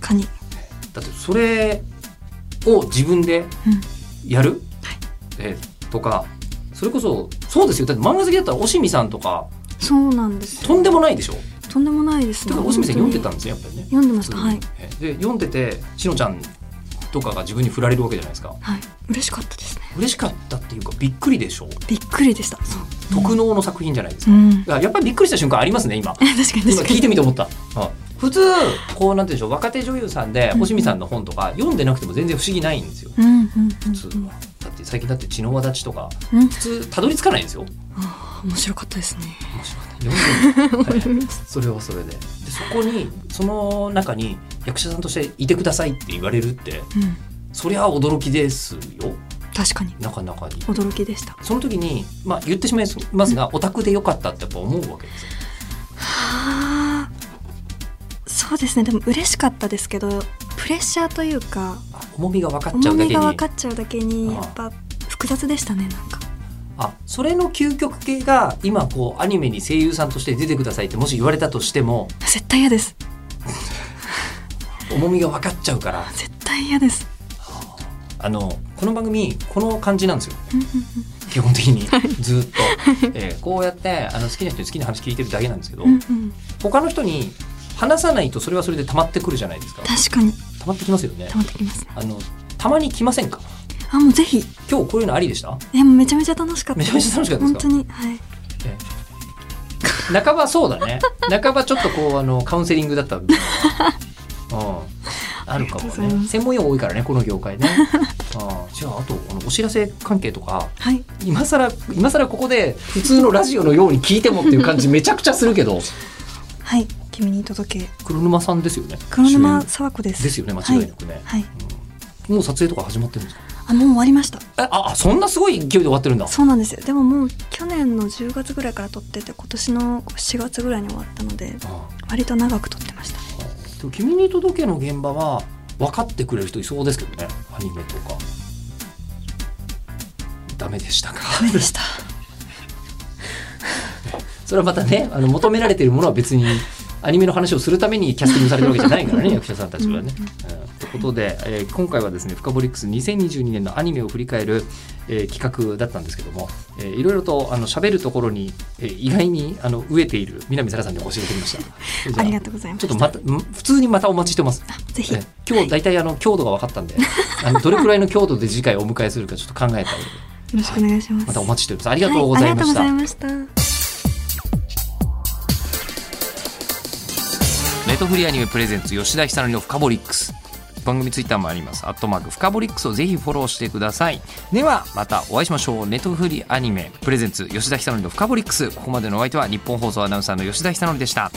[SPEAKER 2] 確かに
[SPEAKER 1] ってそれを自分で
[SPEAKER 2] うん
[SPEAKER 1] やる、えとかそれこそそうですよだって漫画好きだったらオシミさんとか
[SPEAKER 2] そうなんですよ
[SPEAKER 1] とんでもないでしょ
[SPEAKER 2] とんでもないです
[SPEAKER 1] だ
[SPEAKER 2] ね
[SPEAKER 1] からオシミさん読んでたん
[SPEAKER 2] 本
[SPEAKER 1] ですよやっぱりね
[SPEAKER 2] 当に読んでましたはい
[SPEAKER 1] で読んでてしのちゃんとかが自分に振られるわけじゃないですか
[SPEAKER 2] はい嬉しかったですね
[SPEAKER 1] 嬉しかったっていうかびっくりでしょう
[SPEAKER 2] びっくりでしたそう
[SPEAKER 1] 特能の作品じゃないです
[SPEAKER 2] う
[SPEAKER 1] か、
[SPEAKER 2] ん 確
[SPEAKER 1] だからやっぱりびっくりした瞬間ありますね今
[SPEAKER 2] かに確
[SPEAKER 1] 今
[SPEAKER 2] か
[SPEAKER 1] 聞い
[SPEAKER 2] に
[SPEAKER 1] てみて思った、普通こうなんて言うんでしょう若手女優さんで
[SPEAKER 2] うん
[SPEAKER 1] 星見さんの本とか読んでなくても全然不思議ないんですよ
[SPEAKER 2] うんうんうん
[SPEAKER 1] 普通はだって最近だって知能輪立ちとか
[SPEAKER 2] うんうん
[SPEAKER 1] 普通たどり着かないんです よ
[SPEAKER 2] あー面白かったですね
[SPEAKER 1] 面白い読んでみてはい
[SPEAKER 2] りまし
[SPEAKER 1] それはそれででそこにその中に役者さんとしていてくださいって言われるって
[SPEAKER 2] うん
[SPEAKER 1] そりゃ驚きですよ
[SPEAKER 2] 確かに
[SPEAKER 1] なかなかに
[SPEAKER 2] 驚きでした
[SPEAKER 1] その時に、まあ、言ってしまいますがオタクでよかったってやっぱ思うわけですよ
[SPEAKER 2] はあそうですねでも嬉しかったですけどプレッシャーというか
[SPEAKER 1] あ重みが分かっちゃ
[SPEAKER 2] 重
[SPEAKER 1] うだ
[SPEAKER 2] み
[SPEAKER 1] け
[SPEAKER 2] が分
[SPEAKER 1] に
[SPEAKER 2] かっちゃうだけにやっぱ複雑でしたねなんか
[SPEAKER 1] あそれの究極系が今こうアニメに声優さんとして出てくださいってもし言われたとしても
[SPEAKER 2] 絶対嫌です
[SPEAKER 1] 重みが分かっちゃうから
[SPEAKER 2] 絶対嫌です。
[SPEAKER 1] あのこの番組この感じなんですよ
[SPEAKER 2] うんうん
[SPEAKER 1] 基本的にずっと、 えーこうやってあの好きな人に好きな話聞いてるだけなんですけど、
[SPEAKER 2] うんうんうん
[SPEAKER 1] 他の人に話さないとそれはそれで溜まってくるじゃないですか
[SPEAKER 2] 確かに
[SPEAKER 1] 溜まってきますよね
[SPEAKER 2] 溜まってきますね。
[SPEAKER 1] あのたまに来ませんか
[SPEAKER 2] あもうぜひ
[SPEAKER 1] 今日こういうのありでした
[SPEAKER 2] えもうめちゃめちゃ楽しかったです。
[SPEAKER 1] めちゃめちゃ楽しかったで
[SPEAKER 2] 本
[SPEAKER 1] す
[SPEAKER 2] 当
[SPEAKER 1] か
[SPEAKER 2] にはい。
[SPEAKER 1] 半ばそうだね半ばちょっとこうあのカウンセリングだった みたいなうんあるかも
[SPEAKER 2] ありがとうございま
[SPEAKER 1] ね
[SPEAKER 2] す
[SPEAKER 1] 専門用語多いからねこの業界 ねあーじゃああとあのお知らせ関係とか
[SPEAKER 2] はい。
[SPEAKER 1] 今更今更ここで普通のラジオのように聞いてもっていう感じめちゃくちゃするけ ど
[SPEAKER 2] はい。君に届け。
[SPEAKER 1] 黒沼さんですよね
[SPEAKER 2] 黒沼
[SPEAKER 1] 主演
[SPEAKER 2] 沢子です。
[SPEAKER 1] ですよね間違いなくね、
[SPEAKER 2] はい。はい。
[SPEAKER 1] うんもう撮影とか始まってるんですか
[SPEAKER 2] あもう終わりました。
[SPEAKER 1] えああそんなすごい勢いで終わってるんだ
[SPEAKER 2] そうなんですよ。でももう去年の10月ぐらいから撮ってて今年の4月ぐらいに終わったので
[SPEAKER 1] あ
[SPEAKER 2] 割と長く撮ってました。
[SPEAKER 1] ーでも君に届けの現場は分かってくれる人いそうですけどねアニメとかダメでしたか
[SPEAKER 2] ダメでした。
[SPEAKER 1] それはまたねあの求められているものは別にアニメの話をするためにキャスティングされてるわけじゃないからね役者さんたちはね。うんということで、えー今回はですね「フカボリックス2022年のアニメを振り返る、えー企画だったんですけども、えーいろいろとあの喋るところに、えー意外にあの飢えている南沙羅さんに教えてきま した。じゃ
[SPEAKER 2] ありがとうございま
[SPEAKER 1] ちょ
[SPEAKER 2] し
[SPEAKER 1] ったと。またん普通にまたお待ちしてます。
[SPEAKER 2] あぜひ
[SPEAKER 1] え今日大体あの強度が分かった んで、あのどれくらいの強度で次回お迎えするかちょっと考えたので、
[SPEAKER 2] よろしくお願いします。
[SPEAKER 1] またお
[SPEAKER 2] ち
[SPEAKER 1] 待ちしております。ありがとうございました。
[SPEAKER 2] ありがとうございました。
[SPEAKER 1] ネトフリアニメプレゼンツ吉田ひさのりのフカボリックス番組ツイッターもありますアットマークフカボリックスをぜひフォローしてくださいではまたお会いしましょうネトフリアニメプレゼンツ吉田ひさのりのフカボリックスここまでのお相手は日本放送アナウンサーの吉田ひさのりでした